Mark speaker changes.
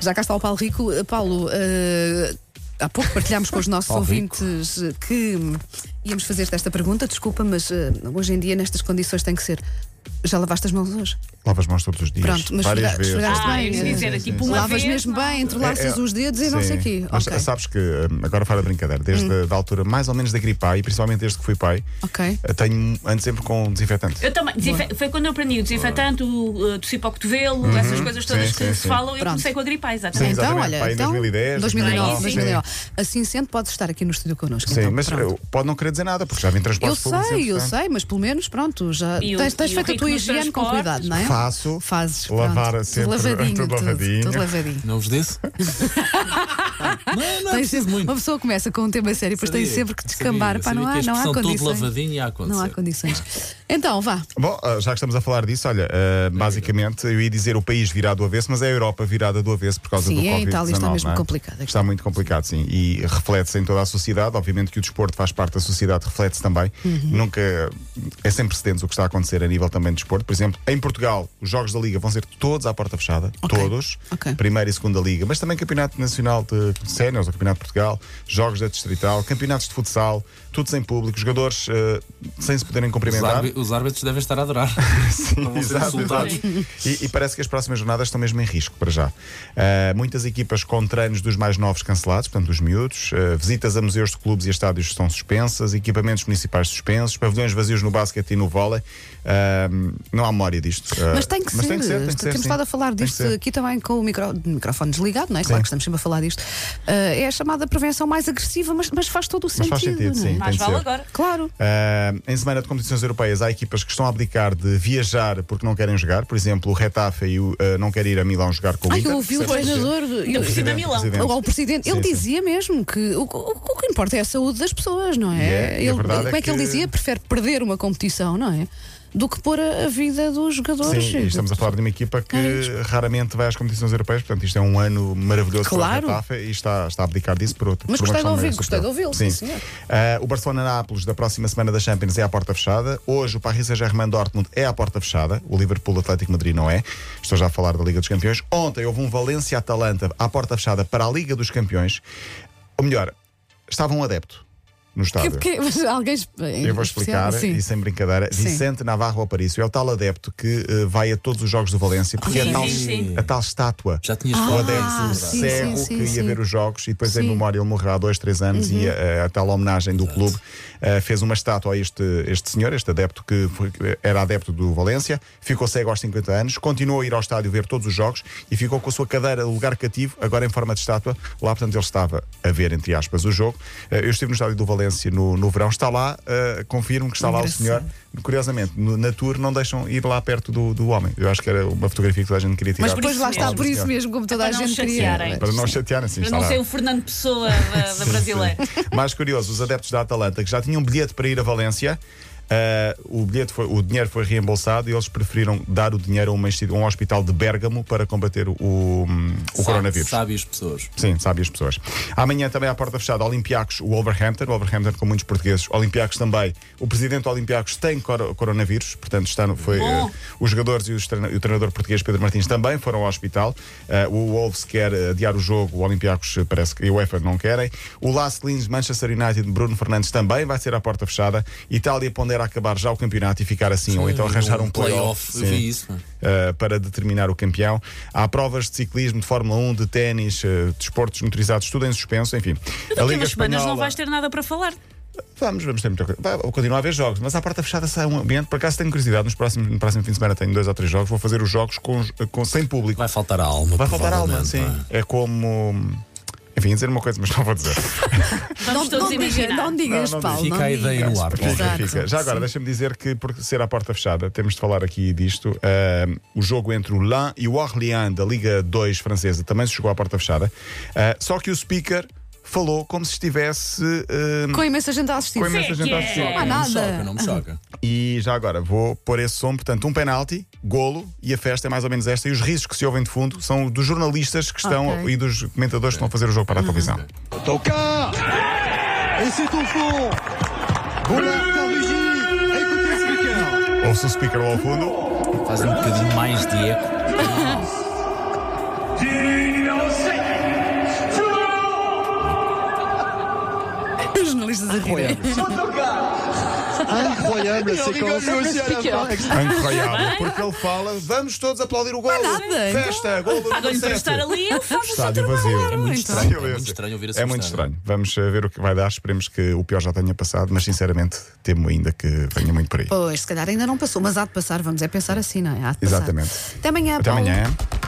Speaker 1: Já cá está o Paulo Rico. Uh, Paulo, uh, há pouco partilhámos com os nossos
Speaker 2: Paulo Rico.
Speaker 1: ouvintes uh, que hum, íamos fazer-te esta pergunta, desculpa, mas uh, hoje em dia, nestas condições, tem que ser. Já lavaste as mãos hoje?
Speaker 3: Lava as mãos todos os dias.
Speaker 1: Pronto, mas
Speaker 3: várias
Speaker 1: esfrega-
Speaker 3: vezes.
Speaker 1: esfregaste
Speaker 4: Ah,
Speaker 1: bem.
Speaker 4: eu ia
Speaker 1: eh,
Speaker 4: dizer, é tipo uma
Speaker 1: Lavas
Speaker 4: vez,
Speaker 1: mesmo
Speaker 4: não?
Speaker 1: bem, entrelaças
Speaker 3: É, é.
Speaker 1: os dedos e não
Speaker 3: Sim.
Speaker 1: sei o quê.
Speaker 3: Mas
Speaker 1: Ok. Hum.
Speaker 3: Sabes que, hum, agora fora de brincadeira, desde a altura mais ou menos da gripe A, e principalmente desde que fui pai,
Speaker 1: Ok.
Speaker 3: eh, tenho antes sempre com um desinfetante.
Speaker 4: Eu também. Desinfe- Foi quando eu aprendi o desinfetante, o uh, tossir para o cotovelo, essas coisas todas
Speaker 3: Sim,
Speaker 4: que
Speaker 3: sim,
Speaker 4: se
Speaker 3: sim.
Speaker 4: falam, eu
Speaker 1: Pronto.
Speaker 4: comecei com a gripar,
Speaker 3: Sim,
Speaker 4: exatamente.
Speaker 1: então,
Speaker 3: exatamente.
Speaker 1: olha,
Speaker 3: Pá, em
Speaker 1: então,
Speaker 3: 2010,
Speaker 1: 2009,
Speaker 4: 2009, sim.
Speaker 1: 2009. Assim sendo, podes estar aqui no estúdio connosco.
Speaker 3: Sim,
Speaker 1: então,
Speaker 3: mas
Speaker 1: pronto.
Speaker 3: eh, pode não querer dizer nada, porque já vim
Speaker 1: Eu
Speaker 3: transporte público.
Speaker 1: sei, eu
Speaker 3: sempre,
Speaker 1: sei, mas pelo menos, pronto, já
Speaker 4: E o-
Speaker 1: tens, tens
Speaker 4: e o
Speaker 1: feito a tua
Speaker 4: ritmo dos
Speaker 1: higiene com
Speaker 4: transportes?
Speaker 1: cuidado, não é?
Speaker 3: Faço.
Speaker 1: Fazes.
Speaker 3: Lavar
Speaker 1: pronto,
Speaker 3: sempre,
Speaker 1: tudo lavadinho.
Speaker 3: tudo lavadinho.
Speaker 1: tudo lavadinho.
Speaker 2: Não vos desse? não, não é
Speaker 1: Tens-
Speaker 2: preciso muito.
Speaker 1: Uma pessoa começa com um tema sério, depois tem
Speaker 2: Sabia,
Speaker 1: sempre que
Speaker 2: sabia,
Speaker 1: descambar. Pá, não,
Speaker 2: sabia que a
Speaker 1: há, não há
Speaker 2: expressão todo
Speaker 1: condições.
Speaker 2: lavadinho ia acontecer.
Speaker 1: não há condições. Então, vá.
Speaker 3: Bom, ah, já que estamos a falar disso, olha, ah, basicamente eu ia dizer o país virado do avesso, mas é a Europa virada do avesso por causa
Speaker 1: Sim,
Speaker 3: do
Speaker 1: a
Speaker 3: Covid-19.
Speaker 1: Itália está
Speaker 3: não
Speaker 1: mesmo
Speaker 3: é?
Speaker 1: complicada.
Speaker 3: Está muito complicado, sim. E reflete-se em toda a sociedade. Obviamente que o desporto faz parte da sociedade, reflete-se também.
Speaker 1: Uhum.
Speaker 3: Nunca é sem precedentes o que está a acontecer a nível também de desporto. Por exemplo, em Portugal, os jogos da Liga vão ser todos à porta fechada.
Speaker 1: Ok.
Speaker 3: Todos.
Speaker 1: Ok.
Speaker 3: Primeira e segunda Liga, mas também Campeonato Nacional de Séniores, ou Campeonato de Portugal, jogos da Distrital, campeonatos de futsal, tudo sem público, jogadores ah, sem se poderem
Speaker 2: Os,
Speaker 3: cumprimentar.
Speaker 2: árbi- os árbitros devem estar a adorar. Não vão ser
Speaker 3: Exato,
Speaker 2: insultados.
Speaker 3: exato. E, e parece que as próximas jornadas estão mesmo em risco para já. Ah, muitas equipas com treinos dos mais novos cancelados, portanto, dos miúdos, ah, visitas a museus de clubes e estádios estão suspensas, equipamentos municipais suspensos, pavilhões vazios no basquete e no vôlei. Ah, não há memória disto. Ah,
Speaker 1: Mas tem que ser.
Speaker 3: tem que ser, tem que ser,
Speaker 1: Temos
Speaker 3: sim.
Speaker 1: estado a falar
Speaker 3: Tem que
Speaker 1: disto
Speaker 3: ser.
Speaker 1: aqui também com o micro- microfone desligado, não é? Claro que estamos sempre a falar disto. Ah, é a chamada prevenção mais agressiva, mas, mas faz todo o
Speaker 3: Mas
Speaker 1: sentido.
Speaker 3: faz sentido,
Speaker 1: não é?
Speaker 3: sim.
Speaker 4: Mas
Speaker 3: tem de
Speaker 4: vale
Speaker 3: ser.
Speaker 4: agora.
Speaker 1: Claro.
Speaker 3: Ah, em semana de competições europeias, há equipas que estão a abdicar de viajar porque não querem jogar. Por exemplo, o Retafe e o, ah, não quer ir a Milão jogar com o
Speaker 1: Ai,
Speaker 3: Inter.
Speaker 1: eu ouvi o
Speaker 3: Percebes?
Speaker 1: treinador.
Speaker 4: Ainda por cima
Speaker 3: Presidente,
Speaker 4: Milão.
Speaker 3: presidente.
Speaker 1: Ou ao presidente, ele
Speaker 3: Sim, sim.
Speaker 1: dizia mesmo que o, o- o que importa é a saúde das pessoas, não é?
Speaker 3: E é, e a
Speaker 1: ele,
Speaker 3: verdade
Speaker 1: como é
Speaker 3: é
Speaker 1: que, ele
Speaker 3: que-
Speaker 1: dizia? Prefere perder uma competição, não é? Do que pôr a, a vida dos jogadores.
Speaker 3: Sim, e estamos a falar de uma equipa que
Speaker 1: É isto.
Speaker 3: raramente vai às competições europeias, portanto, isto é um ano maravilhoso
Speaker 1: Claro.
Speaker 3: para a Retafe e está, está a abdicar disso por outro.
Speaker 1: Mas
Speaker 3: por uma
Speaker 1: gostei de
Speaker 3: questão
Speaker 1: ouvir,
Speaker 3: mais
Speaker 1: gostei de
Speaker 3: superior.
Speaker 1: ouvi-lo, sim, senhor.
Speaker 3: Ah, o Barcelona-Nápoles da próxima semana da Champions é à porta fechada. Hoje o Paris Saint-Germain-Dortmund é à porta fechada. O Liverpool-Atlético Madrid não é. Estou já a falar da Liga dos Campeões. Ontem houve um Valência-Atalanta à porta fechada para a Liga dos Campeões. Ou melhor, estava um adepto no estádio.
Speaker 1: Que- que- mas alguém. eh,
Speaker 3: Eu
Speaker 4: É
Speaker 3: vou explicar,
Speaker 1: Sim.
Speaker 3: e sem brincadeira,
Speaker 1: Sim.
Speaker 3: Vicente Navarro Aparício é o tal adepto que eh, vai a todos os jogos do Valência, porque é a
Speaker 4: Sim,
Speaker 3: tal,
Speaker 4: sim, sim.
Speaker 3: a tal estátua.
Speaker 2: Já tinhas
Speaker 3: O
Speaker 2: falado
Speaker 3: adepto
Speaker 2: disso,
Speaker 1: Ah, sim,
Speaker 2: verdade.
Speaker 3: cego
Speaker 1: sim,
Speaker 3: que ia
Speaker 1: sim.
Speaker 3: ver os jogos e depois,
Speaker 1: Sim.
Speaker 3: em
Speaker 1: Uhum.
Speaker 3: memória, ele morreu há dois, três anos e eh, a, tal homenagem do clube eh, fez uma estátua a este, este senhor, este adepto que foi- que era adepto do Valência, ficou cego aos 50 anos, continuou a ir ao estádio ver todos os jogos e ficou com a sua cadeira de lugar cativo, agora em forma de estátua. Lá, portanto, ele estava a ver, entre aspas, o jogo. Eh, eu estive no estádio do Valência no, no verão, está lá, eh, confirmo que está lá o
Speaker 1: Engraçado.
Speaker 3: senhor. Curiosamente, no- na tour não deixam ir lá perto do, do homem. Eu acho que era uma fotografia que toda a gente queria tirar.
Speaker 1: Mas depois lá
Speaker 4: isso
Speaker 1: está,
Speaker 4: mesmo.
Speaker 1: por isso mesmo, como toda
Speaker 4: É
Speaker 1: a
Speaker 4: para não
Speaker 1: gente queria.
Speaker 4: chatearem.
Speaker 3: Para não chatearem, sim.
Speaker 4: Para
Speaker 3: está
Speaker 4: não
Speaker 3: lá.
Speaker 4: ser um o Fernando Pessoa eh, da, da brasileira.
Speaker 3: Mais curioso, os adeptos da Atalanta que já tinham um bilhete para ir a Valência. ah, o, bilhete foi, o dinheiro foi reembolsado e eles preferiram dar o dinheiro a, uma insti- a um hospital de Bérgamo para combater o, o
Speaker 2: Sa-
Speaker 3: coronavírus.
Speaker 2: Sabe as pessoas.
Speaker 3: Sim, sabe as pessoas. Amanhã também à porta fechada, Olympiacos, o Wolverhampton, o Wolverhampton com muitos portugueses, Olympiacos também. O presidente do Olympiacos tem coro- coronavírus, portanto está no- foi,
Speaker 4: Bom.
Speaker 3: eh, os jogadores e, os treina- e o treinador português Pedro Martins também foram ao hospital. Eh, o Wolves quer eh, adiar o jogo, o Olympiacos eh, parece que e o UEFA não querem. O Las Lins, Manchester United, Bruno Fernandes também vai ser à porta fechada. Itália pondera acabar já o campeonato e ficar assim, ou então arranjar um playoff.
Speaker 2: Eu
Speaker 3: Sim.
Speaker 2: vi isso. mano.
Speaker 3: Uh, para determinar o campeão. Há provas de ciclismo, de Fórmula 1, de ténis, uh, de esportes motorizados, tudo em suspenso, enfim. A
Speaker 4: Daqui
Speaker 3: Liga
Speaker 4: umas semanas não
Speaker 3: Espanhola-
Speaker 4: vais ter nada para falar.
Speaker 3: Vamos, vamos ter muita coisa. Vai, continuar a haver jogos, mas à porta fechada sai um ambiente. Por acaso tenho curiosidade, nos próximos, no próximo fim de semana tenho dois ou três jogos, vou fazer os jogos com, com- sem público.
Speaker 2: Vai faltar a alma.
Speaker 3: Vai faltar alma,
Speaker 2: provavelmente,
Speaker 3: sim.
Speaker 2: pá.
Speaker 3: É como. Enfim, ia dizer uma coisa, mas não vou dizer.
Speaker 1: Não, não,
Speaker 4: Vamos todos
Speaker 1: diga,
Speaker 4: imaginar.
Speaker 1: não digas,
Speaker 3: Não, não
Speaker 1: Paulo.
Speaker 2: diga.
Speaker 1: não
Speaker 2: Fica a ideia
Speaker 1: digas.
Speaker 2: no ar, Paulo.
Speaker 3: Fica,
Speaker 1: Exato,
Speaker 3: fica. Já agora,
Speaker 1: sim.
Speaker 3: deixa-me dizer que, por ser à porta fechada, temos de falar aqui disto. ahm, o jogo entre o Lan e o Orléans da Liga 2 francesa também se jogou à porta fechada. Ah, só que o speaker falou como se estivesse. ah, ahm,
Speaker 1: Com imensa gente a assistir.
Speaker 3: com
Speaker 4: é
Speaker 3: imensa gente a assistir.
Speaker 1: Não há
Speaker 2: Não me
Speaker 1: nada.
Speaker 2: choca, não me choca.
Speaker 3: E já agora, vou pôr esse som, portanto, um penalti, golo, e a festa é mais ou menos esta. E os risos que se ouvem de fundo são dos jornalistas que estão
Speaker 1: Ok.
Speaker 3: e dos comentadores que estão a fazer o jogo para a televisão.
Speaker 5: Toka Et c'est au fond Voleur Carugi Écoutez ce speaker
Speaker 3: Ouve-se o speaker lá ao fundo.
Speaker 2: Faz um bocadinho mais de eco.
Speaker 1: Os jornalistas a rirem.
Speaker 5: Incroyable séquence.
Speaker 3: Incroyable, porque ele fala, vamos todos aplaudir o gol.
Speaker 1: nada,
Speaker 3: Festa, gol do número
Speaker 4: Olhem para estar
Speaker 3: 7.
Speaker 4: ali, eu faço o seu
Speaker 3: Estádio
Speaker 4: trabalho.
Speaker 3: vazio.
Speaker 2: É muito
Speaker 1: Então.
Speaker 2: estranho. É muito estranho ouvir essa
Speaker 3: É muito
Speaker 2: questão.
Speaker 3: estranho. Vamos eh, ver o que vai dar. Esperemos que o pior já tenha passado, mas sinceramente temo ainda que venha
Speaker 1: Tá
Speaker 3: muito por aí.
Speaker 1: Pois, se calhar ainda não passou, mas há de passar, vamos é pensar assim, não é? Há de passar.
Speaker 3: Exatamente.
Speaker 1: Até amanhã,
Speaker 3: Até
Speaker 1: Paulo.
Speaker 3: amanhã.